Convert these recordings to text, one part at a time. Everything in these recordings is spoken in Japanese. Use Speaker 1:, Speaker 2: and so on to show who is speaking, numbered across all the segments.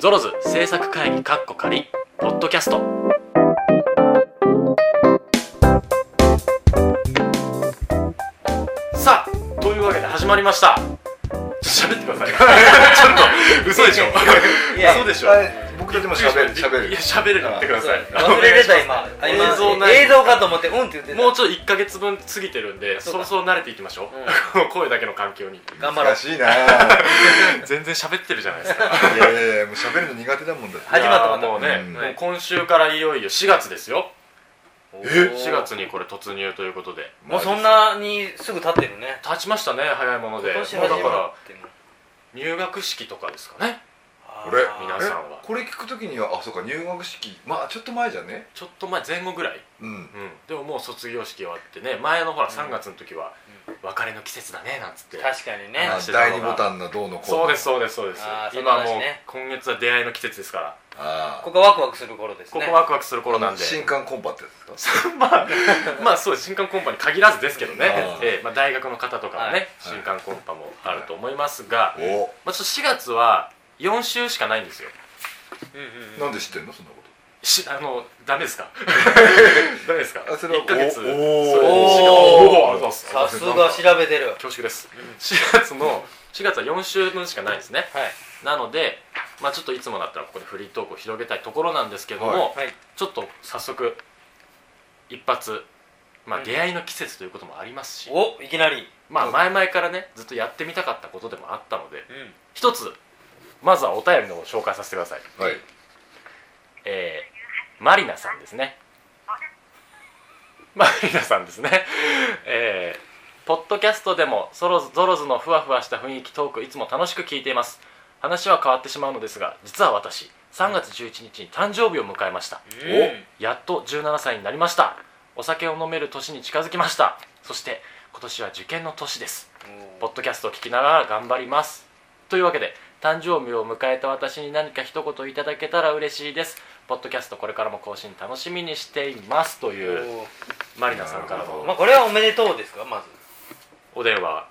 Speaker 1: ゾロズ制作会議かっこ仮ポッドキャストさあというわけで始まりましたちょっと喋ってくださいちょっと嘘でしょ
Speaker 2: いや
Speaker 1: 嘘でしょ
Speaker 3: あ僕たちも喋る喋
Speaker 1: いや
Speaker 3: る
Speaker 1: 喋るなってください
Speaker 2: 忘れてた今あ今
Speaker 1: 映像ない
Speaker 2: 映像かと思ってうんって言ってた
Speaker 1: もうちょっと1か月分過ぎてるんで
Speaker 2: そ
Speaker 1: そ
Speaker 2: うか
Speaker 1: ろそろ慣れていきましょう、声だけの環境に
Speaker 2: 頑張ろう
Speaker 3: 難しいなぁ
Speaker 1: 全然喋ってるじゃないですか
Speaker 3: いやいやいやもう喋るの苦手だもんだって
Speaker 2: 始まったま
Speaker 1: い
Speaker 2: た
Speaker 1: やーもうね、
Speaker 3: うん
Speaker 1: もう今週からいよいよ4月ですよ
Speaker 2: え
Speaker 1: 4月にこれ突入ということで
Speaker 2: もうそんなにすぐ経ってるね
Speaker 1: 経ちましたね早いもので
Speaker 2: 今
Speaker 1: もう
Speaker 2: 年始
Speaker 1: だか
Speaker 2: ま
Speaker 1: ら
Speaker 2: ってる
Speaker 1: 入学式とかですかね
Speaker 3: これ
Speaker 2: あー
Speaker 1: 皆
Speaker 3: え
Speaker 1: さんは
Speaker 3: これ聞くときにはあそうか入学式まあちょっと前じゃね
Speaker 1: ちょっと前前後ぐらい、
Speaker 3: うん
Speaker 1: うん、でももう卒業式終わってね前のほら
Speaker 2: うん
Speaker 1: 3月の時は別れの季節だねなんつって
Speaker 2: 確かにね
Speaker 3: あ
Speaker 1: 話してたのが
Speaker 3: 第二ボタンのどうのこの
Speaker 1: そうですそうですそうです
Speaker 2: あーそんな
Speaker 1: 今
Speaker 2: 話
Speaker 1: もう
Speaker 2: ね
Speaker 1: 今月は出会いの季節ですから
Speaker 3: あ
Speaker 2: ここワクワクする頃です
Speaker 1: こ
Speaker 2: ね
Speaker 1: こワクワクする
Speaker 3: あ
Speaker 1: 頃なんで
Speaker 3: 新刊コンパってやつですか
Speaker 1: まあ、まあそうです新刊コンパに限らずですけどね
Speaker 3: あ、ー
Speaker 1: ええまあ、大学の方とかはね、
Speaker 2: はい
Speaker 1: 新刊コンパもあると思いますが、
Speaker 3: お
Speaker 1: まあ、ちょっと4月は4週しかないんですよ
Speaker 2: うんうんうん
Speaker 3: なんで知ってんのそんなこと
Speaker 1: しあのダメです かダメですか
Speaker 3: あそれは
Speaker 1: 1ヶ月
Speaker 3: お
Speaker 1: そ
Speaker 3: お
Speaker 1: れ
Speaker 2: おー
Speaker 1: おーそうっす
Speaker 2: さすが調べてる
Speaker 1: 恐縮です
Speaker 2: うん
Speaker 1: 4月の4月は4週分しかないんですね
Speaker 2: はい
Speaker 1: なので、まあ、ちょっといつもだったらここでフリートークを広げたいところなんですけども、
Speaker 3: は
Speaker 2: はい
Speaker 1: ちょっと早速一発、まあ、
Speaker 2: うん
Speaker 1: 出会いの季節ということもありますし、
Speaker 2: おいきなり
Speaker 1: まあ、前々からねずっとやってみたかったことでもあったので一つまずはお便りの方を紹介させてください
Speaker 3: はい
Speaker 1: えー、マリナさんですね マリナさんですねえー、ポッドキャストでもソロズゾロズのふわふわした雰囲気トークいつも楽しく聞いています話は変わってしまうのですが実は私3月11日に誕生日を迎えました、
Speaker 2: うん
Speaker 1: おやっと17歳になりましたお酒を飲める年に近づきましたそして今年は受験の年ですポッドキャストを聞きながら頑張りますというわけで誕生日を迎えた私に何か一言いただけたら嬉しいですポッドキャストこれからも更新楽しみにしていますという
Speaker 2: お
Speaker 1: マリナさんから
Speaker 2: おま
Speaker 1: の
Speaker 2: あこれはおめでとうですかまず
Speaker 1: お電話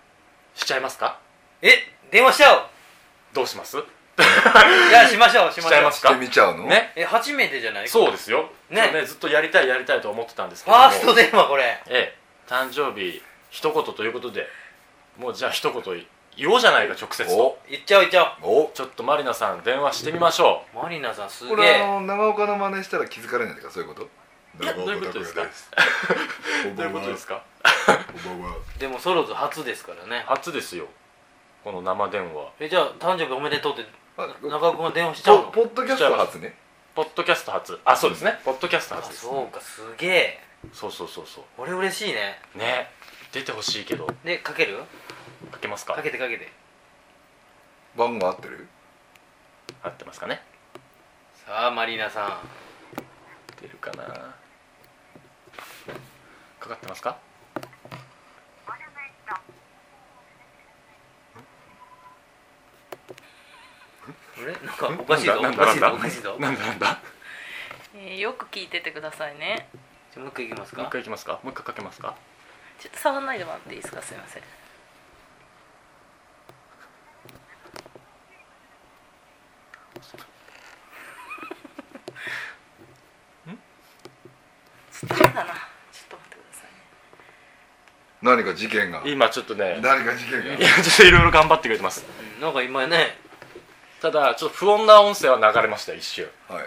Speaker 1: しちゃいますか
Speaker 2: え電話しちゃおう
Speaker 1: どうします
Speaker 2: いやしましょうし
Speaker 1: し
Speaker 2: ま
Speaker 1: ちゃいま
Speaker 2: し
Speaker 1: す
Speaker 2: ょう
Speaker 1: か
Speaker 3: で見ちゃうの
Speaker 1: ね
Speaker 2: え初めてじゃない
Speaker 1: そうですよ
Speaker 2: ね
Speaker 1: そうずっとやりたいやりたいと思ってたんですけ
Speaker 2: フ
Speaker 1: ども
Speaker 2: ァースト電話これ
Speaker 1: ええ誕生日一言ということでもうじゃあ一言言おうじゃないか直接と
Speaker 3: お
Speaker 2: 言っちゃおう言っちゃ
Speaker 3: お
Speaker 1: ちょっとマリナさん電話してみましょう
Speaker 2: おうマリナさんすげ
Speaker 3: これあ
Speaker 2: え
Speaker 3: の長岡の真似したら気づかれないとかそういうこと
Speaker 1: いやどういうことですか
Speaker 3: こん
Speaker 1: ど
Speaker 3: ば
Speaker 1: うい
Speaker 3: ん
Speaker 1: う
Speaker 3: は
Speaker 1: ことですか
Speaker 3: こんばんは
Speaker 2: でもソロズ初ですからね
Speaker 1: 初ですよこの生電話
Speaker 2: えじゃあ誕生日おめでとうって
Speaker 3: あ
Speaker 2: 中尾君が電話しちゃう
Speaker 3: ポ
Speaker 2: の
Speaker 3: ポッドキャストは初ね
Speaker 1: ポッドキャスト初あそうですねポッドキャスト
Speaker 2: あ
Speaker 1: 初です
Speaker 2: そうかすげえ
Speaker 1: そうそうそうそ
Speaker 2: 俺嬉しいね
Speaker 1: うね出てほしいけど
Speaker 2: でかける
Speaker 1: かけますか
Speaker 2: かけてかけて
Speaker 3: 番号合ってる
Speaker 1: 合ってますかね
Speaker 2: さあマリーナさん
Speaker 1: 出るかなかかってますか
Speaker 2: あれなんかおかしいぞお
Speaker 1: なんだ
Speaker 2: かしいぞ
Speaker 1: な
Speaker 2: お
Speaker 1: んだ
Speaker 2: かしいぞ
Speaker 1: なんだなんだ
Speaker 4: えーよく聞いててくださいね
Speaker 2: じゃあもう一回いきます
Speaker 1: もう一
Speaker 2: か
Speaker 1: 回いきますかもう一回かけますか
Speaker 4: ちょっと触らないでもらっていいですかすいませんちょっとやだなちょっと待ってくださいね
Speaker 3: 何か事件が
Speaker 1: 今ちょっとね
Speaker 3: 何か事件
Speaker 1: い
Speaker 3: が
Speaker 1: やちょっといろいろ頑張ってくれてます
Speaker 2: うんなんか今ね
Speaker 1: ただちょっと不穏な音声は流れました一瞬
Speaker 3: はい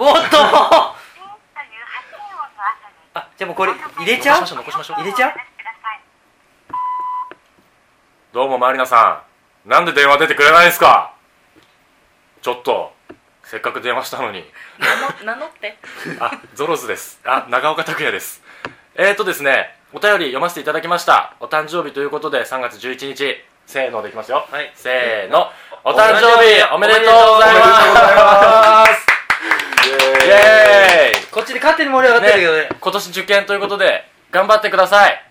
Speaker 2: おっと
Speaker 5: こ
Speaker 2: あじゃあもうこれ入れちゃう
Speaker 1: 残しましょう残しましょう
Speaker 2: 入れちゃう
Speaker 1: どうもマリナさんなんで電話出てくれないんですかちょっとせっかく電話したのに
Speaker 4: 名乗名乗って
Speaker 1: あ、ゾロズです。あ、長岡拓也です。えーとですね、お便り読ませていただきました。お誕生日ということで、3月11日、せーのでいきますよ。
Speaker 2: はい
Speaker 1: せーの、お誕生日おめでとうございます。イエーイ
Speaker 2: こっちで勝手に盛り上がってるけどね
Speaker 1: 今年受験ということで、頑張ってください。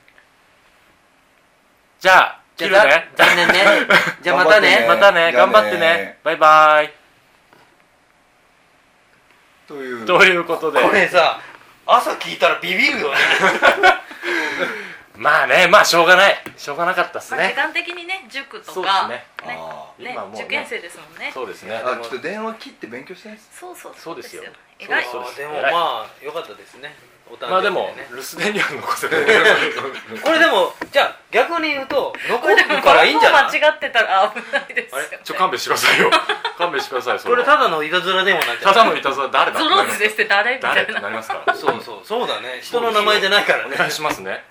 Speaker 1: じゃあ、
Speaker 2: じ
Speaker 1: 切
Speaker 2: ゃ
Speaker 1: る
Speaker 2: あ
Speaker 1: ね。
Speaker 2: ざ残念ねじゃあまたね
Speaker 3: 頑 張
Speaker 1: またね、
Speaker 3: じゃあ
Speaker 1: 頑張
Speaker 3: ね
Speaker 1: ってね。バイバイ。
Speaker 3: という
Speaker 1: ということで
Speaker 2: こ、れさ朝聞いたらビビるよね
Speaker 1: まあねまあしょうがないしょうがなかったっす
Speaker 4: まあ、時
Speaker 1: ね
Speaker 4: 間的にね塾と
Speaker 1: そうで
Speaker 4: か
Speaker 1: すね
Speaker 3: あ
Speaker 4: ね
Speaker 1: 今もうね
Speaker 4: 受験生ですもんね
Speaker 1: そうですね
Speaker 3: あちょっと電話切って勉強したいです
Speaker 4: そうそう
Speaker 1: そうですよ
Speaker 4: 偉い
Speaker 1: そうです
Speaker 2: でも
Speaker 1: 偉い
Speaker 2: まあ良かったですねお誕生日
Speaker 1: まあでも
Speaker 2: ね
Speaker 1: 留守電には残せ ない
Speaker 2: これでもじゃあ逆に言うと残る
Speaker 4: でも
Speaker 2: からいいんじゃない
Speaker 4: 間違ってたら危ないです
Speaker 1: あ
Speaker 4: よ、ね
Speaker 1: れ、ちょ勘弁してくださ いよ勘弁してくださいそ
Speaker 2: これ
Speaker 1: た
Speaker 2: ただのいたずら電話なんじゃ
Speaker 1: た
Speaker 2: ない
Speaker 1: だのいたずら誰だ
Speaker 4: ゾローズですって誰みた
Speaker 1: 誰っ
Speaker 4: い
Speaker 1: て
Speaker 4: な
Speaker 1: なりますから
Speaker 2: そうそうそうだね人の名前じゃないから
Speaker 1: お
Speaker 2: ね
Speaker 1: 願いしますね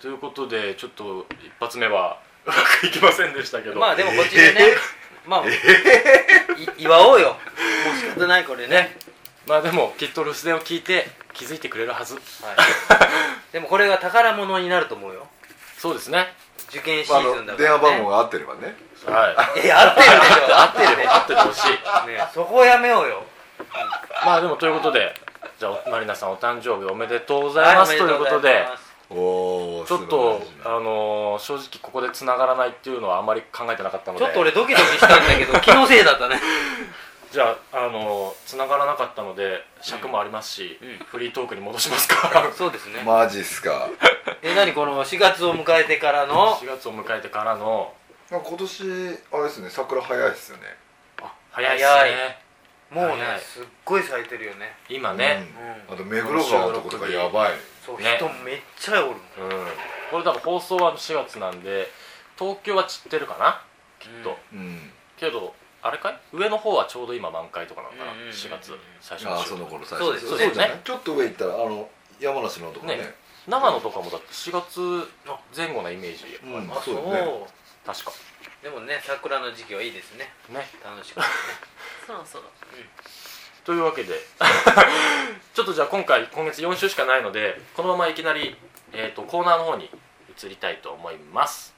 Speaker 1: ということでちょっと一発目はうまくいきませんでしたけど
Speaker 2: まあでもこっちでねまあい祝おうよもう仕方ないこれね
Speaker 1: まあでもきっと留守電を聞いて気づいてくれるはず
Speaker 2: はいでもこれが宝物になると思うよ
Speaker 1: そうですね
Speaker 2: 受験シ
Speaker 3: まああ
Speaker 2: ーズンだからね
Speaker 3: の電話番号が合ってればね
Speaker 1: はい
Speaker 2: え合ってるでしょ合ってるでし
Speaker 1: 合っててほしい
Speaker 2: ょねそこやめようよ
Speaker 1: まあでもということでじゃあマリナさんお誕生日おめでとうございます、
Speaker 2: は
Speaker 1: ということで
Speaker 3: おお
Speaker 1: ちょっとあのー正直ここでつながらないっていうのはあんまり考えてなかったので
Speaker 2: ちょっと俺ドキドキしたんだけど気のせいだったね
Speaker 1: じゃああのつながらなかったので尺もありますし、
Speaker 2: うん
Speaker 1: フリートークに戻しますか
Speaker 2: そうですね
Speaker 3: マジっすか
Speaker 2: え何この4月を迎えてからの
Speaker 1: 4月を迎えてからの
Speaker 3: 今年あれですね桜早いですよね
Speaker 1: あ早いです
Speaker 2: 早い
Speaker 1: ね
Speaker 2: もうね
Speaker 1: 早い
Speaker 2: すっごい咲いてるよね
Speaker 1: 今ね、
Speaker 2: うん
Speaker 3: あと目黒川のとことかやばい
Speaker 2: そう
Speaker 1: ね
Speaker 2: 人めっちゃおるもん
Speaker 1: うんこれだから放送は4月なんで東京は散ってるかな
Speaker 2: き
Speaker 1: っと
Speaker 3: うん
Speaker 1: けどあれかい上の方はちょうど今満開とかなのかな、
Speaker 2: うんうんうんうん
Speaker 1: 4月最初の
Speaker 3: ああ
Speaker 1: 週
Speaker 3: その頃最
Speaker 2: そう
Speaker 3: 初
Speaker 2: です
Speaker 1: そうですね
Speaker 3: じゃないちょっと上行ったらあの山梨のとこね
Speaker 1: ね長野とかもだって4月前後なイメージあり
Speaker 3: うん
Speaker 1: ま
Speaker 2: あ
Speaker 1: す、
Speaker 2: そう
Speaker 3: そうだね
Speaker 1: 確か
Speaker 2: でもね桜の時期はいいですね
Speaker 1: ね
Speaker 2: 楽しくてね
Speaker 4: そろそろ
Speaker 1: というわけで ちょっとじゃあ今回今月4週しかないのでこのままいきなり、えー、とコーナーの方に移りたいと思います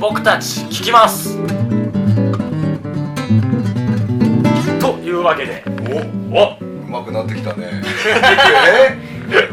Speaker 1: 僕たち聞きますというわけでお
Speaker 3: おうまくなってきた ねえっ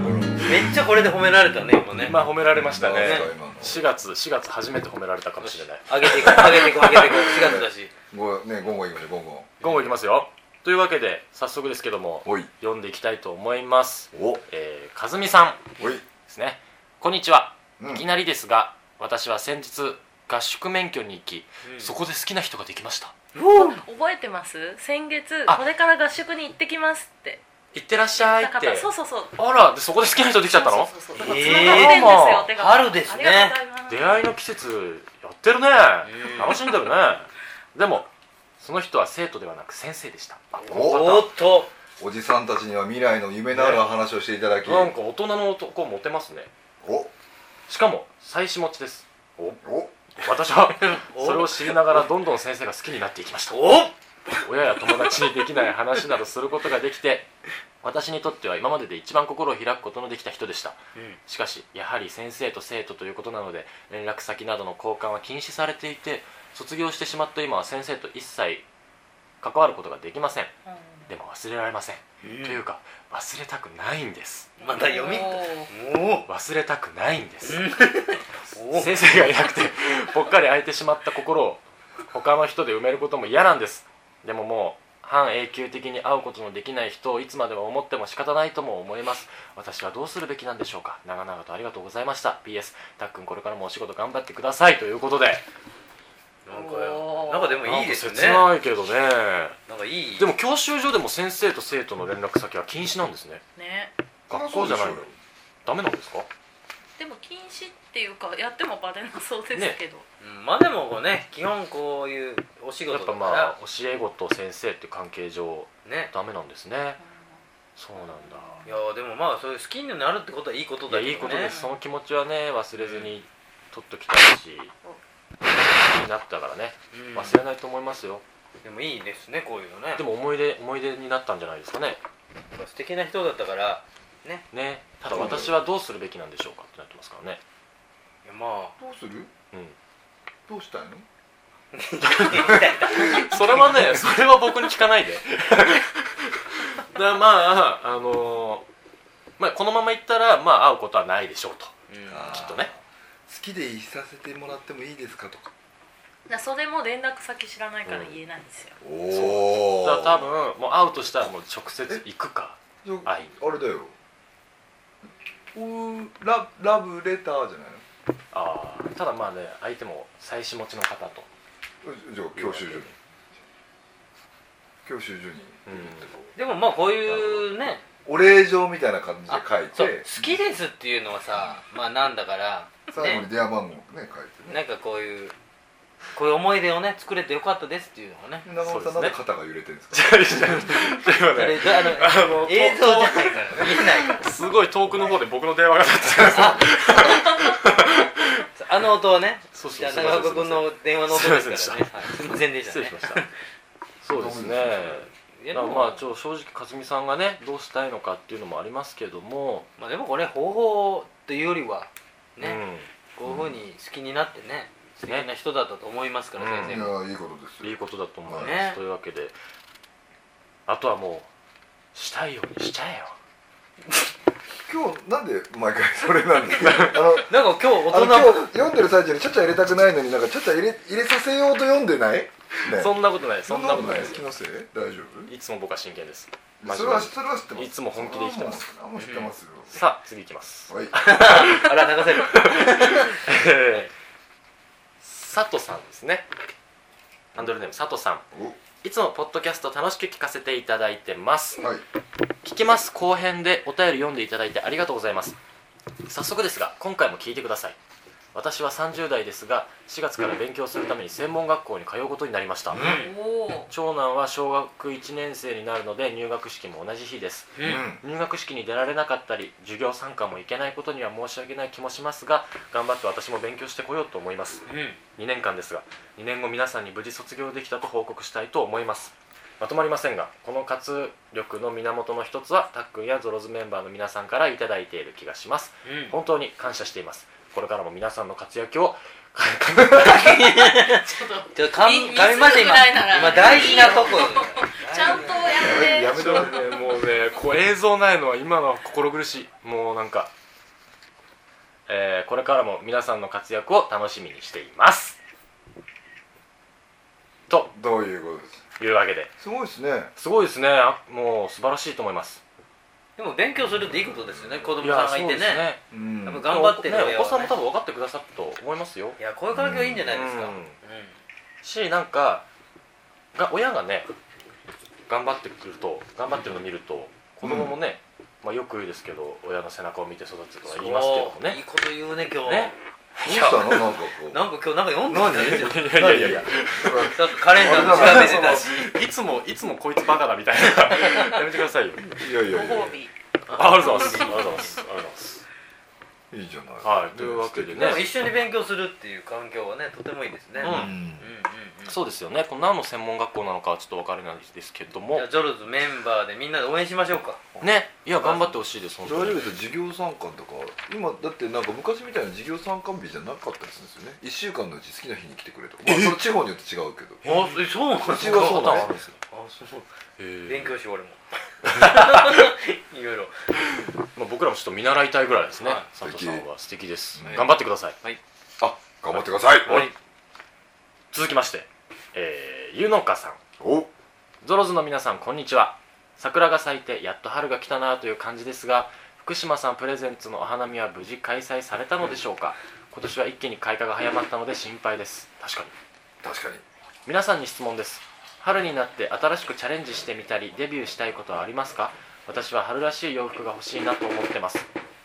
Speaker 2: めっちゃこれで褒められたね今ね
Speaker 1: 今褒められましたね
Speaker 3: 今の
Speaker 1: 4月4月初めて褒められたかもしれない
Speaker 2: 上げていこう上げていこう上げていこう4月だし
Speaker 3: ごねゴンゴン行きましょうゴンゴン
Speaker 1: 今後いきますよというわけで早速ですけども
Speaker 3: おい
Speaker 1: 読んでいきたいと思います
Speaker 3: お
Speaker 1: えー、かずみさん
Speaker 3: おい
Speaker 1: ですねこんにちは、
Speaker 3: うん
Speaker 1: いきなりですが私は先日合宿免許に行き、
Speaker 2: うん
Speaker 1: そこで好きな人ができました
Speaker 4: 覚えてます先月
Speaker 1: あ
Speaker 4: これから合宿に行ってきますって
Speaker 1: 行ってらっしゃい
Speaker 4: だ
Speaker 1: っ
Speaker 4: か
Speaker 1: て
Speaker 4: らそうそうそう
Speaker 1: あらでそこで好きな人できちゃったの
Speaker 4: そうそうそうだから
Speaker 2: え
Speaker 4: 繋
Speaker 2: ー
Speaker 4: がってんです
Speaker 1: どう
Speaker 4: よ
Speaker 1: も
Speaker 4: 手が
Speaker 2: 春ですね
Speaker 4: ありがとうございます
Speaker 1: 出会いの季節やってるね
Speaker 2: うん
Speaker 1: 楽しんでるねでもその人は生徒ではなく先生でしたあ
Speaker 3: お
Speaker 1: この
Speaker 2: おっと
Speaker 3: おじさんたちには未来の夢のある話をしていただき、
Speaker 1: 方なんか大人の男モテますね
Speaker 3: お
Speaker 1: しかも妻子持ちです
Speaker 3: お
Speaker 1: 私は
Speaker 2: お
Speaker 1: それを知りながらどんどん先生が好きになっていきました
Speaker 2: お
Speaker 1: 親や友達にできない話などすることができて私にとっては今までで一番心を開くことのできた人でしたしかしやはり先生と生徒ということなので連絡先などの交換は禁止されていて卒業してしまった今は先生と一切関わることができませんでも忘れられません、というか忘れたくないんです
Speaker 4: うん
Speaker 2: また読み
Speaker 4: おー
Speaker 2: お
Speaker 1: 忘れたくないんです
Speaker 2: お
Speaker 1: 先生がいなくてぽっかり空いてしまった心を他の人で埋めることも嫌なんですでももう半永久的に会うことのできない人をいつまでも思っても仕方ないとも思います私はどうするべきなんでしょうか長々とありがとうございました PS たっくんこれからもお仕事頑張ってくださいということで
Speaker 2: なんかなんかでもいいですね
Speaker 1: なんか切ないけどね
Speaker 2: なんかいい
Speaker 1: でも教習所でも先生と生徒の連絡先は禁止なんですね
Speaker 4: ね
Speaker 1: 学校じゃないの
Speaker 3: そりゃそうでしょうよ
Speaker 1: ダメなんですか
Speaker 4: でも禁止っていうかやってもバレなそうですけど、
Speaker 2: うんまあでもこうね基本こういうお仕
Speaker 1: や
Speaker 2: 事
Speaker 1: っぱ
Speaker 2: だか
Speaker 1: まあ
Speaker 2: ら
Speaker 1: 教え子と先生っていう関係上
Speaker 2: ね
Speaker 1: ダメなんですねそうなんだ
Speaker 2: いやでもまあそういう好きになるってことはいいことだけど
Speaker 1: い
Speaker 2: ね
Speaker 1: やいいことですその気持ちはね忘れずに取っときたいし、気になったからね
Speaker 2: うん
Speaker 1: 忘れないと思いますよ、
Speaker 2: でもいいですねこういうのね
Speaker 1: でも思い出思い出になったんじゃないですかね
Speaker 2: 素敵な人だったからね
Speaker 1: ねただ私はどうするべきなんでしょうかってなってますからね
Speaker 2: いやま
Speaker 3: どうする
Speaker 1: うん
Speaker 3: どうしたいの
Speaker 1: それはね それは僕に聞かないで だからまああのーまあ、このままいったら、まあ、会うことはないでしょうと
Speaker 2: あ、うん
Speaker 3: あー
Speaker 1: きっとね
Speaker 3: 好きでいさせてもらってもいいですかとか
Speaker 4: なそれも連絡先知らないから言えないんですよ、
Speaker 3: おお
Speaker 1: だから多分もう会うとしたらもう直接行くか
Speaker 3: あ
Speaker 1: 会いに
Speaker 3: あれだよおーララブレターじゃない
Speaker 1: ああただまあね相手も妻子持ちの方と
Speaker 3: のじゃあ教習所に教習所に
Speaker 2: でもまあこういうね
Speaker 3: お礼状みたいな感じで書い
Speaker 2: そう
Speaker 3: て
Speaker 2: 好きですっていうのはさまあなんだから
Speaker 3: 最後に電話番号ね書いてね
Speaker 2: なんかこういうこういう思い出をね作れてよかったですっていうのがね
Speaker 3: 長尾さん
Speaker 1: そ
Speaker 3: な
Speaker 1: うんで
Speaker 3: です
Speaker 1: ね
Speaker 3: 肩が揺れてるんですか
Speaker 1: じゃあいいじゃんという
Speaker 2: そ
Speaker 1: こと
Speaker 2: れ
Speaker 1: で
Speaker 2: であの
Speaker 1: あの
Speaker 2: 映像じゃないから見えない から
Speaker 1: とすごい遠くの方で僕の電話が鳴ってたんですよ
Speaker 2: あの音はね
Speaker 1: そうそう
Speaker 2: じゃあ
Speaker 1: すいませ
Speaker 2: 長
Speaker 1: ん
Speaker 2: 岡君の電話の音ですからねはいすいませんでし
Speaker 1: 失
Speaker 2: た
Speaker 1: 礼
Speaker 2: ね
Speaker 1: しましたそうですね
Speaker 2: いや
Speaker 1: だから
Speaker 2: でも
Speaker 1: まあちょ正直克美さんがねどうしたいのかっていうのもありますけども、
Speaker 2: まあでもこれ方法というよりはね、
Speaker 1: うん
Speaker 2: こういうふうに好きになってね素敵な人だったと思いますから、
Speaker 1: うん
Speaker 2: 先
Speaker 3: い
Speaker 2: 生も
Speaker 3: やいいことですよ
Speaker 1: いいことだと思います、
Speaker 2: ね
Speaker 1: というわけであとはもうしたいようにしちゃえよ
Speaker 3: 今日なんで毎回それなん ですかあの
Speaker 2: なんか今日
Speaker 3: あの
Speaker 2: 大人っぽ
Speaker 3: 今日読んでる最中にちょっと入れたくないのになんかちょっと入れ入れさせようと読んでない、ね、
Speaker 1: そんなことないそんなことないです
Speaker 3: 気のせい大丈
Speaker 1: いつも僕は真剣です
Speaker 3: 夫それはそれは知ってます
Speaker 1: いつも本気で生きてます
Speaker 3: それはもうそれはもう知ってます
Speaker 1: さあ次いきます
Speaker 3: よ、はい
Speaker 2: くあら流せる
Speaker 1: えー佐藤さんですねハンドルネーム佐藤さんいつもポッドキャスト楽しく聞かせていただいてます
Speaker 3: おはい
Speaker 1: 聞きます後編でお便り読んでいただいてありがとうございます早速ですが今回も聞いてください私は30代ですが4月から勉強するために専門学校に通うことになりました、
Speaker 4: おお
Speaker 1: 長男は小学1年生になるので入学式も同じ日です
Speaker 2: うん
Speaker 1: 入学式に出られなかったり授業参加も行けないことには申し訳ない気もしますが頑張って私も勉強してこようと思います
Speaker 2: うん
Speaker 1: 2年間ですが2年後皆さんに無事卒業できたと報告したいと思いますまとまりませんがこの活力の源の一つはたっくんやゾロズメンバーの皆さんから頂いただいている気がします
Speaker 2: うん
Speaker 1: 本当に感謝していますこれからも皆さんの活躍を
Speaker 4: ちょっと
Speaker 2: ちょっとかん
Speaker 4: み
Speaker 2: 噛みました
Speaker 4: みすぐぐ
Speaker 2: 今
Speaker 4: らいなら
Speaker 2: 今大事なとこよ
Speaker 4: ちゃんとや
Speaker 3: や
Speaker 4: っ
Speaker 1: ね
Speaker 3: め
Speaker 4: て
Speaker 3: てもらって
Speaker 1: もうねこう映像ないのは今のは心苦しいもうなんか、えーこれからも皆さんの活躍を楽しみにしていますと
Speaker 3: どういうことです
Speaker 1: いうわけです
Speaker 3: ごいですね
Speaker 1: すごいですねあもう素晴らしいと思います
Speaker 2: でも勉強するっていいことですよね子供さんがいてね
Speaker 1: やそうです
Speaker 3: うん
Speaker 2: やっぱ頑張って
Speaker 1: ね
Speaker 2: る親はね
Speaker 1: お子さんも多分分かってくださったと思いますよ
Speaker 2: いやこういう環境いいんじゃないですか、
Speaker 1: う
Speaker 2: うんん
Speaker 1: しなんかが親がね頑張ってくると頑張ってるの見ると子供もね、まあ、よく言うですけど親の背中を見て育つとは言いますけども
Speaker 2: いい
Speaker 1: ね
Speaker 2: こと言うね今日
Speaker 1: ね
Speaker 3: どうしたのなんかこう
Speaker 2: なんか今日なんか読んでたんですよ
Speaker 1: いやいやいや
Speaker 2: なんかカレンダーも調べてたし
Speaker 1: いつもいつもこいつバカだみたいなやめてくださいよ
Speaker 3: いやい
Speaker 4: ご
Speaker 3: やいや
Speaker 4: 褒美
Speaker 1: あありがとうございますありがとうございますありがとうございます
Speaker 3: いいじゃない
Speaker 1: はいというわけでね
Speaker 2: でも一緒に勉強するっていう環境はねとてもいいですね、
Speaker 1: う
Speaker 2: うんん、
Speaker 3: う
Speaker 2: うんうん
Speaker 3: ん
Speaker 2: うん
Speaker 1: そうですよねこれ何の専門学校なのかはちょっと分からないですけども
Speaker 2: じゃあジョルズメンバーでみんなで応援しましょうか
Speaker 1: ねいや頑張ってほしいです本
Speaker 3: 大
Speaker 1: 当
Speaker 3: 丈夫
Speaker 1: に
Speaker 3: です授業参観とか今だってなんか昔みたいな授業参観日じゃなかったりするんですよね1週間のうち好きな日に来てくれとかまあその地方によって違うけど
Speaker 2: あそうなん
Speaker 3: うちはそうだ
Speaker 1: パター
Speaker 3: ね
Speaker 1: ンあるんですよ
Speaker 2: あそう
Speaker 1: 勉
Speaker 2: 勉強しよう俺もいろいろ
Speaker 1: まあ、僕らもちょっと見習いたいぐらいですね、
Speaker 2: はい
Speaker 1: 佐藤さんは素敵です、
Speaker 3: ね
Speaker 1: 頑張ってください
Speaker 3: あ頑張ってください
Speaker 1: はい続きまして、えー、ゆのかさん
Speaker 3: お
Speaker 1: ゾロズの皆さんこんにちは桜が咲いてやっと春が来たなという感じですが福島さんプレゼンツのお花見は無事開催されたのでしょうか今年は一気に開花が早まったので心配です確かに
Speaker 3: 確かに
Speaker 1: 皆さんに質問です春になって新しくチャレンジしてみたりデビューしたいことはありますか私は春らしい洋服が欲しいなと思ってます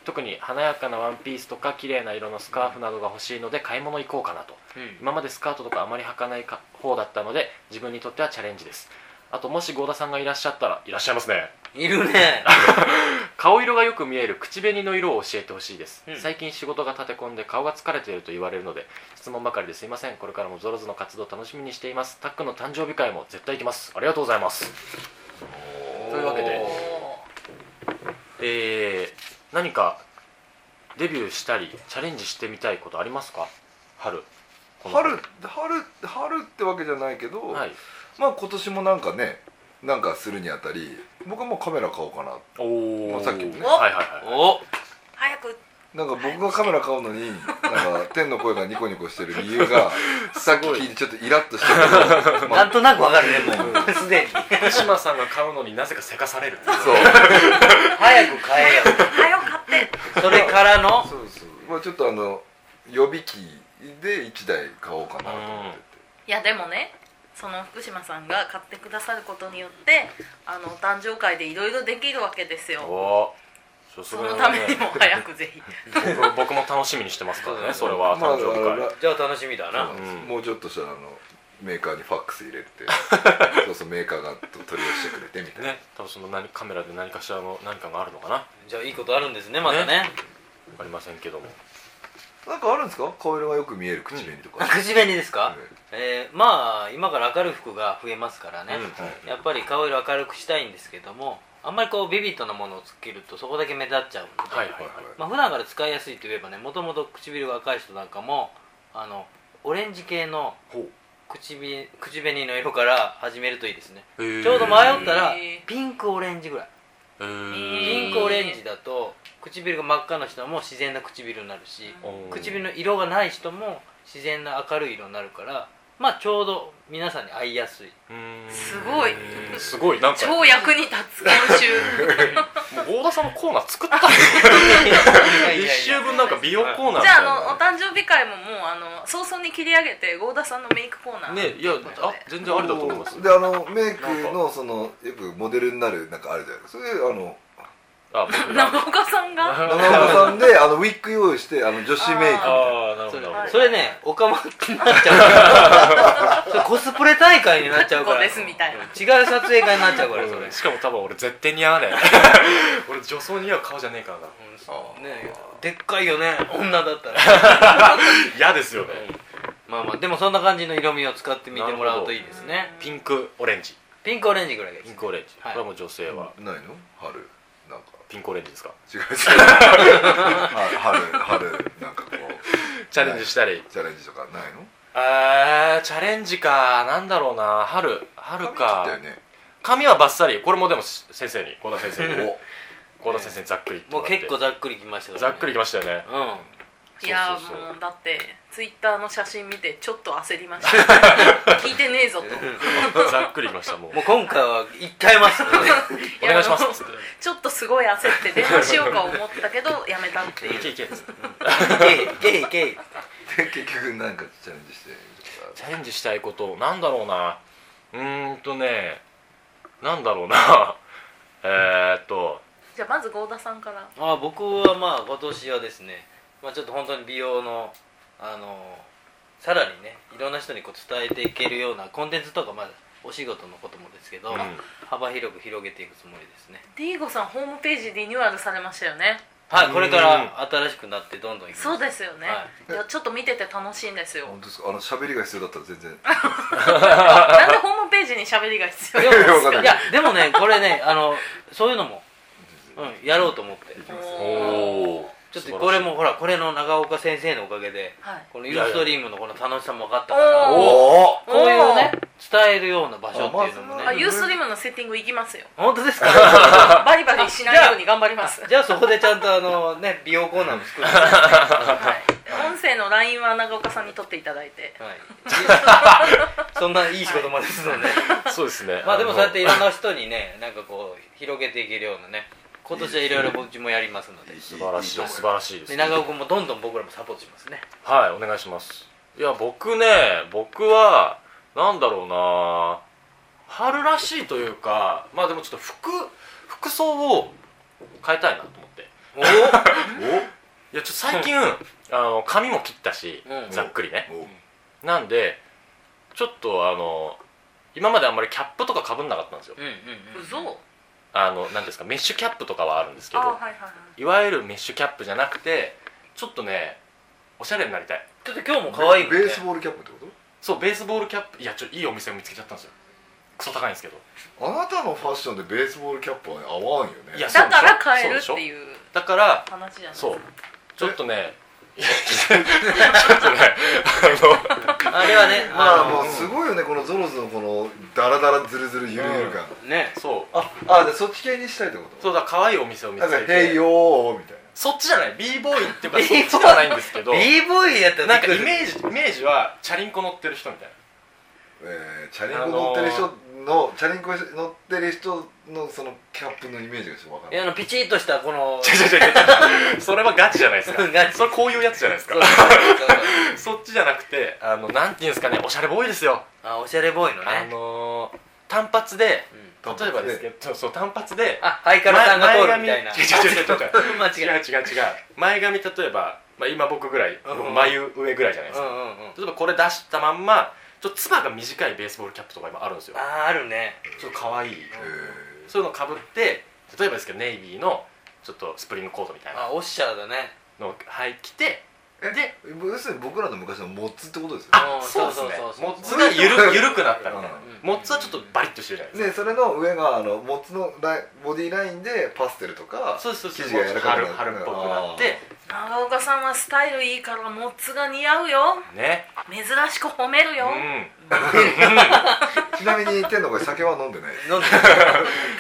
Speaker 1: 特に華やかなワンピースとか綺麗な色のスカーフなどが欲しいので買い物行こうかなと今までスカートとかあまり履かないか方だったので自分にとってはチャレンジですあともし郷田さんがいらっしゃったらいらっしゃいますね
Speaker 2: いるね
Speaker 1: 顔色がよく見える口紅の色を教えてほしいです、
Speaker 2: うん
Speaker 1: 最近仕事が立て込んで顔が疲れていると言われるので質問ばかりですいませんこれからもゾロズの活動楽しみにしていますタックの誕生日会も絶対行きますありがとうございますというわけで
Speaker 4: お
Speaker 1: えー、何かデビューしたりチャレンジしてみたいことありますか春この
Speaker 3: 春春春ってわけじゃないけど、
Speaker 1: はい
Speaker 3: まあ今年もなんかねなんかするにあたり僕はもうカメラ買おうかな
Speaker 1: お
Speaker 3: まあさっきもね
Speaker 1: はいはいはい
Speaker 2: お
Speaker 4: 早く
Speaker 3: なんか僕がカメラ買うのになんか天の声がニコニコしてる理由がさっき聞いてちょっとイラッとしたけど、ま
Speaker 5: な
Speaker 3: あ、
Speaker 5: んとなくわかるねもうすでに
Speaker 1: 福島さんが買うのになぜかせかされる
Speaker 3: そう
Speaker 5: 早く買えよ
Speaker 4: 早く買って
Speaker 5: それからの
Speaker 3: そうそうまあちょっとあの予備機で1台買おうかなと思ってて、
Speaker 4: いやでもねその福島さんが買ってくださることによってあのお誕生会でいろいろできるわけですよ
Speaker 1: おお
Speaker 4: そのためにも早 くぜひ
Speaker 1: 僕僕も楽しみにしてますからねそれは
Speaker 3: ま
Speaker 1: 誕
Speaker 3: あ
Speaker 1: 生日会、
Speaker 3: ら
Speaker 2: じゃあ楽しみだな
Speaker 3: そううんもうちょっとしたらあのメーカーにファックス入 れてそうそうメーカーが取り寄せてくれてみたいな、
Speaker 1: ね多分その何カメラで何かしらの何かがあるのかな
Speaker 2: じゃあいいことあるんですねまたね
Speaker 1: 分かりませんけども
Speaker 3: なんかあるんですか顔色がよく見える口紅とか、
Speaker 2: 口紅ですか、
Speaker 3: うん
Speaker 2: えーまあ今から明るい服が増えますからね、
Speaker 1: う
Speaker 2: やっぱり顔色明るくしたいんですけどもあんまりこうビビッドなものをつけるとそこだけ目立っちゃうんで、
Speaker 1: はいはいはい
Speaker 2: まあ普段から使いやすいといえばねもともと唇が赤い人なんかもあのオレンジ系の
Speaker 1: ほ
Speaker 2: 口紅口紅の色から始めるといいですね
Speaker 1: う
Speaker 2: ちょうど迷ったら
Speaker 4: へー
Speaker 2: ピンクオレンジぐらい
Speaker 1: えー、
Speaker 2: ピンクオレンジだと唇が真っ赤な人も自然な唇になるし
Speaker 1: おー
Speaker 2: 唇の色がない人も自然な明るい色になるからまあちょうど皆さんに合いやすい
Speaker 4: すごい
Speaker 1: うんすごいなんかもう
Speaker 4: 超役に立つ今 週
Speaker 1: 大田さんのコーナー作った一週分なんか美容コーナーみ
Speaker 4: じゃ
Speaker 1: たいな
Speaker 4: ああのお誕生日会ももうあの早々に切り上げて郷田さんのメイクコーナー
Speaker 1: ねいや
Speaker 4: とうことで
Speaker 1: あ全然ありだと思い ます
Speaker 3: であのメイクのそのよくモデルになるなんかあるじゃないですかそれであの
Speaker 1: あ僕が
Speaker 4: 長岡さんが
Speaker 3: 長岡さんであのウィッグ用意してあの女子メイクみたいな
Speaker 1: ああなる
Speaker 2: そ
Speaker 1: ほ
Speaker 2: れ
Speaker 1: どなる
Speaker 2: そ
Speaker 1: ほ
Speaker 2: れねオカマってなっちゃ うからそれコスプレ大会になっちゃうか
Speaker 4: こ
Speaker 2: ら違
Speaker 4: で
Speaker 2: う
Speaker 4: すみたいな
Speaker 2: 撮影会になっちゃうからそ
Speaker 1: ど
Speaker 2: れ、
Speaker 1: うんしかも多分俺絶対似合わね え俺女装似合う顔じゃねえからな
Speaker 2: うん
Speaker 3: ー
Speaker 2: ねでっかいよね女だったら
Speaker 1: 嫌ですよね
Speaker 2: まあまあでもそんな感じの色味を使ってみてもらうといいですね
Speaker 1: ピンクオレンジ
Speaker 2: ピンクオレンジぐらいがいい
Speaker 1: ピ
Speaker 2: で
Speaker 1: ン
Speaker 2: す
Speaker 1: クオレンジこ
Speaker 2: はい
Speaker 1: れはもう女性は
Speaker 3: ないの春なんか
Speaker 1: ピンクオレンジですか
Speaker 3: 違う違う春春なんかこう
Speaker 1: チャレンジしたり
Speaker 3: チャレンジとかないの
Speaker 1: あーチャレンジかなんだろうな春春か
Speaker 3: だよね
Speaker 1: 髪はバッサリこれもでもし先生に郷田先生 に
Speaker 3: お
Speaker 1: 郷田先生にざっくり言って
Speaker 2: もう
Speaker 1: らって
Speaker 2: 結構ざっくりきましたから
Speaker 1: ざ
Speaker 2: ね
Speaker 1: っくりきましたよね
Speaker 2: うん
Speaker 4: いや
Speaker 1: そうそうそう
Speaker 4: もうだってツイッターの写真見てちょっと焦りまし た聞いてねえぞと
Speaker 1: ざっくりきま したもう
Speaker 2: もう今回は行っちゃいますね
Speaker 1: お願いします
Speaker 4: や
Speaker 1: っつって
Speaker 4: ちょっとすごい焦って電話しようか思ったけどやめたっていう
Speaker 1: いけいけっつって
Speaker 2: いけいけいけ
Speaker 3: で 結局なんかチャレンジしてと
Speaker 1: チャレンジしたいことなんだろうなうーんとねなんだろうな えーっと
Speaker 4: じゃあまず郷田さんから
Speaker 2: あ僕はまあ今年はですね、まあ、ちょっと本当に美容のあのさらにねいろんな人にこう伝えていけるようなコンテンツとかまあお仕事のこともですけど、
Speaker 1: うん
Speaker 2: 幅広く広げていくつもりですね
Speaker 4: ディーゴさんホームページリニューアルされましたよね
Speaker 2: はいこれから新しくなってどんどんいきます
Speaker 4: そうですよね、、
Speaker 2: はい
Speaker 4: やちょっと見てて楽しいんですよ
Speaker 3: か本当ですかあの喋りが必要だったら全然
Speaker 4: なんでホームページに喋りが必要
Speaker 2: い
Speaker 4: な
Speaker 2: や
Speaker 4: んです
Speaker 3: わかんない
Speaker 2: いやでもねこれねあのそういうのも、うん、やろうと思って
Speaker 4: か
Speaker 1: おお
Speaker 2: ちょっとこれもほらこれの長岡先生のおかげで
Speaker 4: はい
Speaker 2: このユーストリームのこの楽しさも分かったか
Speaker 4: お
Speaker 2: ら
Speaker 4: ー
Speaker 3: おお
Speaker 2: こういうね伝えるような場所っていうのも
Speaker 3: あ
Speaker 2: ね、
Speaker 3: ま
Speaker 4: あユーストリームのセッティングいきますよ
Speaker 2: 本当です か
Speaker 4: バリバリしないように頑張ります
Speaker 2: じゃあそこでちゃんとあのね美容コーナーも作る、は
Speaker 4: はい、音声の LINE は長岡さんに取っていただいて
Speaker 2: い、 そんないい仕事まですので、
Speaker 1: そうですね
Speaker 2: まあでも
Speaker 1: の
Speaker 2: そうやっていろんな人にねなんかこう広げていけるようなね今年はいろいろ僕もやりますので
Speaker 1: 素晴らしい素晴らしいです
Speaker 2: で長尾君もどんどん僕らもサポートしますね
Speaker 1: はいお願いしますいや僕ね僕はなんだろうな春らしいというかまあでもちょっと服服装を変えたいなと思って
Speaker 2: おお
Speaker 1: いやちょっと最近あの髪も切ったし、
Speaker 2: うん
Speaker 1: ざっくりね
Speaker 3: お
Speaker 1: なんでちょっとあの今まであんまりキャップとかかぶんなかったんですよ
Speaker 2: うんうんうん
Speaker 4: 嘘
Speaker 1: あの何ですかメッシュキャップとかはあるんですけ
Speaker 4: あ
Speaker 1: ど
Speaker 4: はいはいはい
Speaker 1: わゆるメッシュキャップじゃなくてちょっとねおしゃれになりたい
Speaker 2: ちょっと今日も可愛いもんね
Speaker 3: ベースボールキャップってこ
Speaker 1: そうベースボールキャップいやちょいいお店を見つけちゃったんですよクソ高いんですけど
Speaker 3: とあなたのファッションでベースボールキャップは合わんよね
Speaker 1: いや
Speaker 4: だから変えるっていう
Speaker 1: だから
Speaker 4: 話じゃないです
Speaker 1: そう
Speaker 4: か
Speaker 1: ちょっとねいやちょっとねあの
Speaker 2: あれはね
Speaker 3: まあ
Speaker 2: あ
Speaker 3: もうすごいよねこのゾロズのこのダラダラズルズルゆるゆる感
Speaker 2: のね
Speaker 1: そう
Speaker 3: ああでそっち系にしたいってこと
Speaker 1: そうだから可愛いお店を見つ
Speaker 3: なん
Speaker 1: け
Speaker 3: か「へい
Speaker 1: て
Speaker 3: よー」みたいな
Speaker 1: そっちじゃない b ボーイっていうか そっちじゃないんですけど
Speaker 2: b ボーイやった
Speaker 1: な
Speaker 2: ら
Speaker 1: んかイメージイメージはチャリンコ乗ってる人みたいな
Speaker 3: えーチャリンコ乗ってる人の、チャリンコ乗ってる人のそのキャップのイメージがちょっとわかん
Speaker 2: い
Speaker 3: ない
Speaker 2: やあのピチッとした この
Speaker 1: 違う違う違う違うそれはガチじゃないですか
Speaker 2: うんガチ
Speaker 1: それこういうやつじゃないですか
Speaker 2: そうそうそう
Speaker 1: そっちじゃなくてあのなんていうんですかねおしゃれボーイですよ
Speaker 2: あおしゃれボーイの
Speaker 1: あ
Speaker 2: ね
Speaker 1: のー単発で
Speaker 2: うん
Speaker 1: 例え
Speaker 3: 単発で
Speaker 1: ばですけどそうそう単発で
Speaker 2: あハイカラさんが通るみたい
Speaker 1: 前
Speaker 2: な
Speaker 1: 前髪違う違う違 う違う
Speaker 2: 間
Speaker 1: 違う
Speaker 2: 違え
Speaker 1: 違う違う前髪例えば、まあ、今僕ぐらい、
Speaker 2: うんうん
Speaker 1: 眉上ぐらいじゃないで
Speaker 2: う
Speaker 1: す
Speaker 2: ん
Speaker 1: か、
Speaker 2: うんうん
Speaker 1: 例えばこれ出したまんまちょっとつばが短いベースボールキャップとか今あるんですよ
Speaker 2: あーあるね
Speaker 1: ちょっと可愛い
Speaker 3: えー
Speaker 1: そういうのかぶって例えばですけどネイビーのちょっとスプリングコートみたいな
Speaker 2: あオッシャーだね
Speaker 1: のをはい着てで
Speaker 3: 要するに僕らの昔のモッツってことですよ
Speaker 1: あ
Speaker 2: うん
Speaker 1: そうですね
Speaker 2: そうそうそう
Speaker 1: モッツがゆるゆるくなったみたいな
Speaker 3: うん
Speaker 1: モッツはちょっとバリッとしてるじゃないです
Speaker 3: ね、それの上があのモッツのラインボディラインでパステルとか
Speaker 1: かそうそうそう
Speaker 3: 生地が柔らかく
Speaker 1: 春
Speaker 3: なる
Speaker 1: 春っぽくなって
Speaker 4: 長岡さんはスタイルいいからモッツが似合うよ
Speaker 1: ね
Speaker 4: 珍しく褒める
Speaker 1: う
Speaker 4: よ、
Speaker 1: ん
Speaker 3: ちなみに天の声酒は飲んでないです
Speaker 2: 飲んで
Speaker 4: い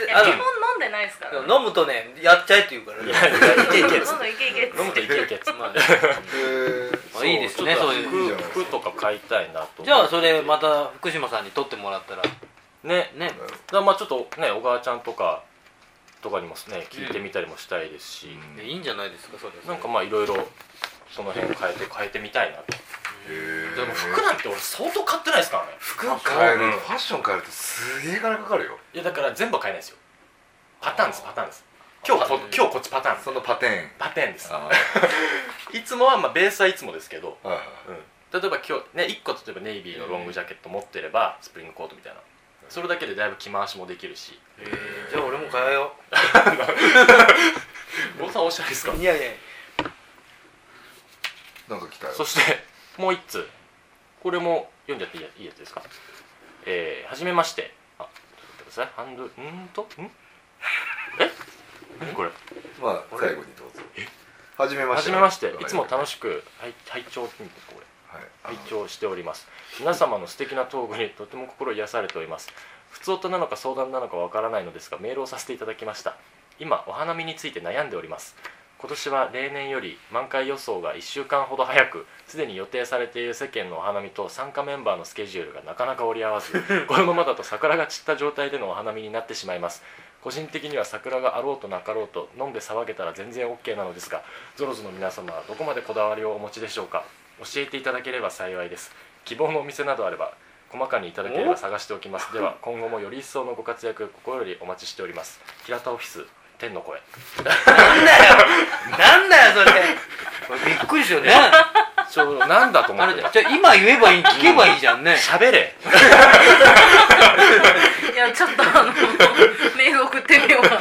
Speaker 4: や
Speaker 2: あ
Speaker 4: 基本飲んでないですから
Speaker 2: の飲むとねやっちゃえって言うからね
Speaker 1: いけいけっつ
Speaker 4: ど
Speaker 1: っ
Speaker 4: んどんいけいけっつ
Speaker 1: て飲むといけいけっつって
Speaker 2: まあ
Speaker 3: へー
Speaker 2: あいいですね
Speaker 1: ちょっと
Speaker 2: そういう
Speaker 3: いいじゃないですか
Speaker 1: 服服とか買いたいなと思って
Speaker 2: じゃあそれまた福島さんに撮ってもらったら
Speaker 1: ね
Speaker 2: ね
Speaker 3: そう
Speaker 1: だからまあちょっとね小川ちゃんとかとかにもね聞いてみたりもしたいですし、
Speaker 2: いやいいんじゃないですかそれ
Speaker 1: なんかまあいろいろその辺変えて変えてみたいなと
Speaker 3: へー
Speaker 1: でも服なんて俺相当買ってないですからね
Speaker 3: 服変える、
Speaker 1: うん
Speaker 3: ファッション変えるとすげえ金かかるよ
Speaker 1: いやだから全部は買えないですよパターンですパターンです今日こ今日こっちパターン
Speaker 3: そのパテーン
Speaker 1: パターンです
Speaker 3: あ
Speaker 1: いつもはまあベースはいつもですけど、
Speaker 3: ーはいはい
Speaker 1: うん、例えば今日ね1個例えばネイビーのロングジャケット持ってればスプリングコートみたいなそれだけでだいぶ着回しもできるし
Speaker 2: えーじゃあ俺も買えよ
Speaker 1: 小川さんおしゃれですか
Speaker 2: ういやいや
Speaker 3: なんか来たよ
Speaker 1: そしてもう1通これも読んじゃっていいやいいやつですかえー、はじめましてあちょっと待ってくださいハンドルんーとんえ何これ
Speaker 3: まあ最後にどうぞはじめま
Speaker 1: は
Speaker 3: して
Speaker 1: じめましていつも
Speaker 3: はい
Speaker 1: 楽しく拝拝聴って言うんですかこれ
Speaker 3: あの
Speaker 1: 拝聴しております皆様の素敵なトークにとても心癒されております普通音なのか相談なのかわからないのですがメールをさせていただきました今お花見について悩んでおります今年は例年より満開予想が1週間ほど早くすでに予定されている世間のお花見と参加メンバーのスケジュールがなかなか折り合わずこのままだと桜が散った状態でのお花見になってしまいます個人的には桜があろうとなかろうと飲んで騒げたら全然 OK なのですがゾロズの皆様はどこまでこだわりをお持ちでしょうか教えていただければ幸いです希望のお店などあれば細かにいただければ探しておきますでは今後もより一層のご活躍心よりお待ちしております平田オフィス天の声
Speaker 2: なんだよなんだよそれこれびっくりしよね
Speaker 1: ちょうどなんだと思
Speaker 2: あ
Speaker 1: っ
Speaker 2: れ
Speaker 1: て
Speaker 2: じゃあ今言えばいい聞けばいいじゃんね
Speaker 1: 喋れ
Speaker 4: いやちょっとあのメール送ってみようかな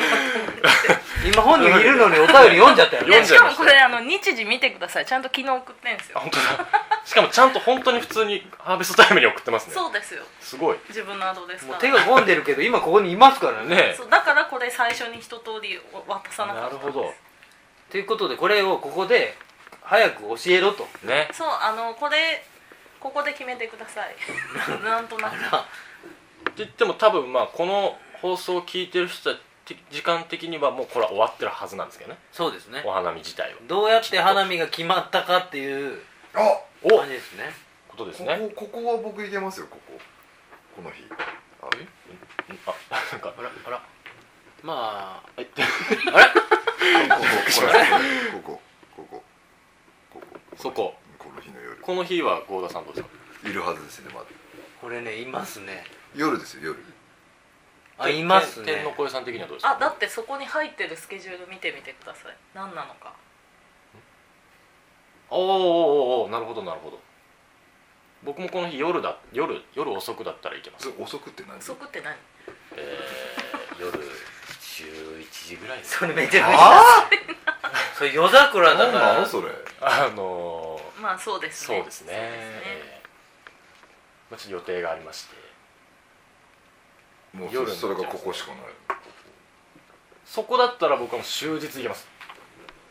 Speaker 2: 今本人いるのにお便り読んじゃったよ
Speaker 4: い
Speaker 1: 読
Speaker 4: や
Speaker 1: ん
Speaker 4: し
Speaker 1: じゃい
Speaker 4: か
Speaker 1: ま
Speaker 4: も
Speaker 1: した
Speaker 4: これあの日時見てくださいちゃんと昨日送ってんです
Speaker 1: あ
Speaker 4: よ
Speaker 1: 本当だしかもちゃんと本当に普通にハーベストタイムに送ってますね
Speaker 4: そうですよ
Speaker 1: すごい
Speaker 4: 自分のアドレス
Speaker 2: も
Speaker 4: か
Speaker 2: う手
Speaker 4: ら
Speaker 2: が込んでるけど今ここにいますからね
Speaker 1: ね
Speaker 4: そうだからこれ最初に一通り渡さなか
Speaker 1: な
Speaker 4: った
Speaker 1: るほど
Speaker 2: ということでこれをここで早く教えろと
Speaker 1: ね
Speaker 4: そうあのこれここで決めてくだ さいなんとなく
Speaker 1: って言っても多分まあこの放送を聞いてる人たち時間的にはもうこれは終わってるはずなんですけどね
Speaker 2: そうですね
Speaker 1: お花見自体は
Speaker 2: どうやって花見が決まったかっていう
Speaker 3: あ
Speaker 1: お
Speaker 2: 感じですね
Speaker 1: ことですね
Speaker 3: ここここは僕いけますよこここの日あれ
Speaker 1: あなんか
Speaker 2: あらあらまあ
Speaker 1: えっ
Speaker 3: ここほらここここここ
Speaker 1: そこ
Speaker 3: この日の夜
Speaker 1: この日は郷田さんどうですか
Speaker 3: いるはずですねまだ
Speaker 2: これねいますね
Speaker 3: 夜ですよ夜
Speaker 2: あ
Speaker 1: て
Speaker 2: います
Speaker 1: て
Speaker 2: ね
Speaker 1: 天の声さん的にはどうですか
Speaker 4: あだってそこに入ってるスケジュール見てみてください何なのか
Speaker 1: おーおーおーおーなるほどなるほど僕もこの日夜だ夜夜遅くだったらいけ ます
Speaker 3: それ遅くって何
Speaker 4: 遅くって何
Speaker 1: えー、夜11時ぐらいです
Speaker 2: そ
Speaker 1: か
Speaker 2: れ
Speaker 1: ね
Speaker 2: めちゃくちゃ
Speaker 3: あ
Speaker 2: それ夜桜
Speaker 3: あ
Speaker 2: だ
Speaker 3: 何
Speaker 2: か
Speaker 3: な
Speaker 2: ら
Speaker 3: のそれ
Speaker 1: あのー、
Speaker 4: まあそうですね
Speaker 1: そうですねえーまあ、ちょっと予定がありまして
Speaker 3: もう
Speaker 1: 夜
Speaker 3: そ
Speaker 1: の
Speaker 3: それがここしかない
Speaker 1: そこだったら僕はもう終日行けます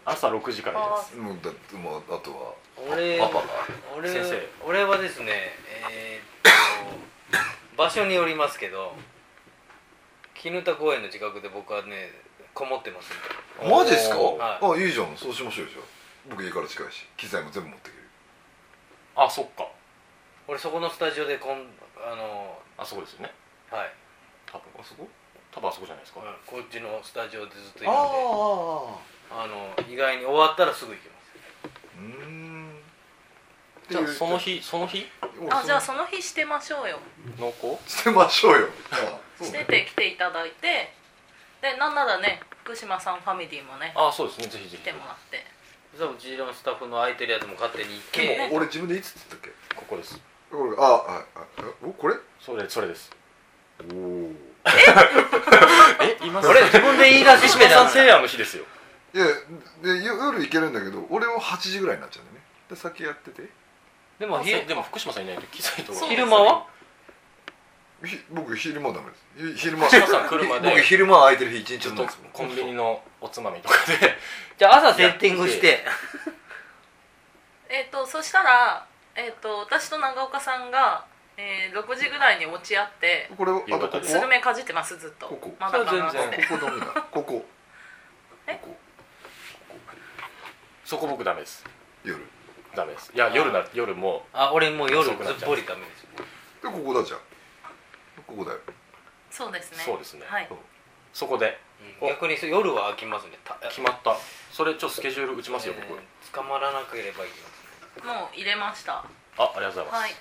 Speaker 1: 朝6時から行けます
Speaker 3: もうだってもうあとは
Speaker 2: 俺
Speaker 3: パパが
Speaker 2: 俺
Speaker 1: 先生
Speaker 2: 俺はですねえーっと場所によりますけど絹田公園の近くで僕はねこもってますんで
Speaker 3: マジっすか、
Speaker 1: おー
Speaker 2: は
Speaker 3: あいいじゃんそうしましょうよじゃあ僕家から近いし機材も全部持ってくる
Speaker 1: あそっか
Speaker 2: 俺そこのスタジオでこんあの
Speaker 1: あそこですよね
Speaker 2: はい、
Speaker 1: 多分
Speaker 3: あそこ
Speaker 1: 多分あそこじゃないですか、
Speaker 2: こっちのスタジオでずっといるんで
Speaker 3: あ
Speaker 2: あの意外に終わったらすぐ行きます
Speaker 3: あうーん
Speaker 1: じゃあその日その日
Speaker 4: あじゃあその日してましょうよ
Speaker 1: 濃厚
Speaker 3: してましょうよ
Speaker 4: してて来ていただいてでなんならね福島さんファミリーもね
Speaker 1: あそうですねぜひぜ
Speaker 4: 来
Speaker 1: ひ
Speaker 4: てもらって
Speaker 2: 実はうちのスタッフの空いてるやつも勝手に行け
Speaker 3: でも俺自分でいつって言ったっ
Speaker 1: ここです
Speaker 3: けこれああああおこれ
Speaker 1: それそれですおおえ今
Speaker 2: 俺自分で言い出し
Speaker 1: 石
Speaker 2: しめ
Speaker 1: 破さ
Speaker 2: たん
Speaker 1: んセーラーの日ですよ
Speaker 3: いやでよ夜行けるんだけど俺も8時ぐらいになっちゃうんだよねで先やってて
Speaker 2: でもひ
Speaker 1: あそうでも福島さんいないと機材とか
Speaker 4: そう
Speaker 2: 昼間は
Speaker 3: ひ僕昼間ダメですひ昼間
Speaker 1: 島さん車で
Speaker 3: 僕昼間空いてる日一日
Speaker 1: ちょっ
Speaker 3: もない
Speaker 1: と
Speaker 3: ですもん
Speaker 1: コンビニのおつまみとかで
Speaker 2: じゃあ朝セッティングして
Speaker 4: えっ、とそしたら、えっと私と長岡さんが、えー6時ぐらいに落ち合って
Speaker 3: これをあとここ
Speaker 1: 夕方で
Speaker 4: スル
Speaker 3: は
Speaker 4: メかじってますずっと
Speaker 3: ここ
Speaker 4: まだかなっ
Speaker 2: そ
Speaker 4: て
Speaker 2: れは全然
Speaker 3: ここダメだこここ
Speaker 4: え
Speaker 3: こ
Speaker 1: そこ僕ダメです
Speaker 3: 夜で
Speaker 1: ダメですいや夜な夜も
Speaker 2: あ俺もう夜ず
Speaker 1: 遅
Speaker 2: っ
Speaker 1: くなっちゃう
Speaker 2: ぽりダメです
Speaker 3: ここだじゃんここだよ
Speaker 4: そうですね
Speaker 1: そうですね
Speaker 4: はい
Speaker 1: そこで
Speaker 2: うん逆にそう夜は空きますねた
Speaker 1: 決まったそれちょっとスケジュール打ちますよ
Speaker 2: えー
Speaker 1: 僕
Speaker 2: 捕まらなければいいます
Speaker 4: もう入れました
Speaker 1: あありがとうございます、
Speaker 4: はい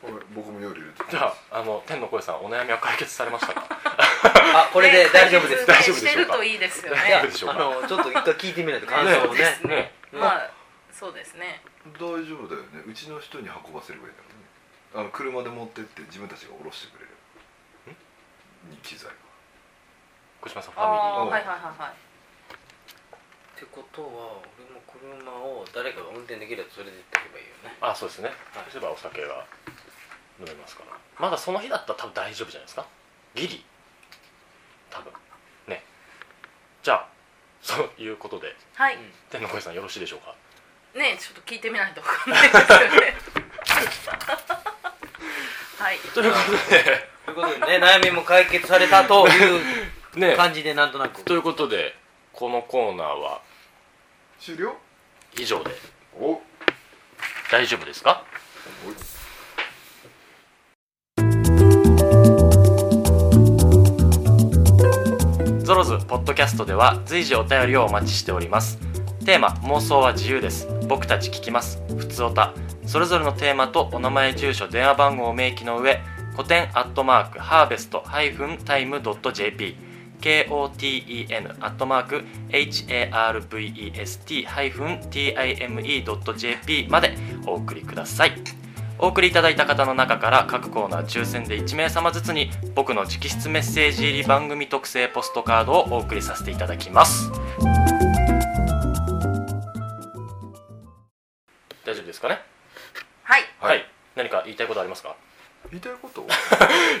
Speaker 3: ごめん僕も夜入れて
Speaker 1: じゃああの天の声さんお悩みは解決されましたか
Speaker 2: あこれで大丈夫です
Speaker 4: ね
Speaker 1: 大丈夫でしょうか
Speaker 4: してるといいですよね
Speaker 2: い や
Speaker 1: 大丈夫でしょう
Speaker 2: あ
Speaker 1: か
Speaker 2: のちょっと一回聞いてみないと感想をね
Speaker 4: ね
Speaker 1: ね
Speaker 2: うん
Speaker 4: まあそうですね
Speaker 3: 大丈夫だよねうちの人に運ばせるぐらいだからねあの車で持ってって自分たちが下ろしてくれるに機材は
Speaker 1: 福島さんファミリ
Speaker 4: あ
Speaker 1: ー
Speaker 4: あーはいはいはいはい
Speaker 2: ってことは俺も車を誰かが運転できるやつそれで行ってけばいいよね
Speaker 1: あそうですね、
Speaker 2: はい
Speaker 1: そういえばお酒が飲めますからまだその日だったら多分大丈夫じゃないですかギリ多分ねじゃあそういうことで
Speaker 4: はい、
Speaker 2: うん
Speaker 1: 天の声さんよろしいでしょうか
Speaker 4: ねちょっと聞いてみないとわかんない ですよねはい
Speaker 1: ということ
Speaker 2: ということでね悩みも解決されたという
Speaker 1: で ね
Speaker 2: 感じでなんとなく
Speaker 1: ということでこのコーナーは
Speaker 3: 終了
Speaker 1: 以上で
Speaker 3: おお
Speaker 1: 大丈夫ですか
Speaker 3: い
Speaker 1: ゾロズポッドキャストでは随時お便りをお待ちしておりますテーマ妄想は自由です僕たち聞きますふつおたそれぞれのテーマとお名前住所電話番号を明記の上古典アットマークハーベストハイフンタイムドット JP KOTEN アットマーク HARVEST ハイフン TIME ドット JP までお送りくださいお送りいただいた方の中から各コーナー抽選で1名様ずつに僕の直筆メッセージ入り番組特製ポストカードをお送りさせていただきます大丈夫ですかね
Speaker 4: はい
Speaker 1: は、
Speaker 3: はいい
Speaker 1: 何か言いたいことありますか
Speaker 3: 言いたいこと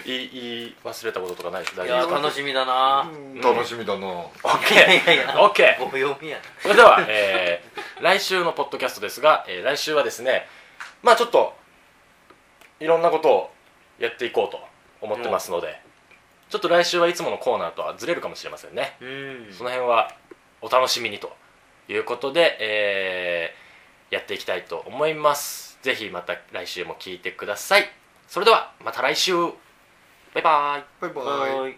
Speaker 1: 言い言い忘れたこととかないです
Speaker 2: い
Speaker 1: 大丈
Speaker 2: や
Speaker 1: 夫ですか
Speaker 2: 楽しみだな
Speaker 3: うん楽しみだな
Speaker 1: OK
Speaker 2: いやいや
Speaker 1: OK
Speaker 2: 棒読みや
Speaker 1: それでは、えー来週のポッドキャストですが、えー来週はですねまあちょっといろんなことをやっていこうと思ってますので、ちょっと来週はいつものコーナーとはずれるかもしれませんね、
Speaker 2: うん
Speaker 1: その辺はお楽しみにということで、えーやっていきたいと思いますぜひまた来週も聞いてくださいそれではまた来週バイバイ
Speaker 3: バイバ
Speaker 2: は
Speaker 3: イ
Speaker 2: い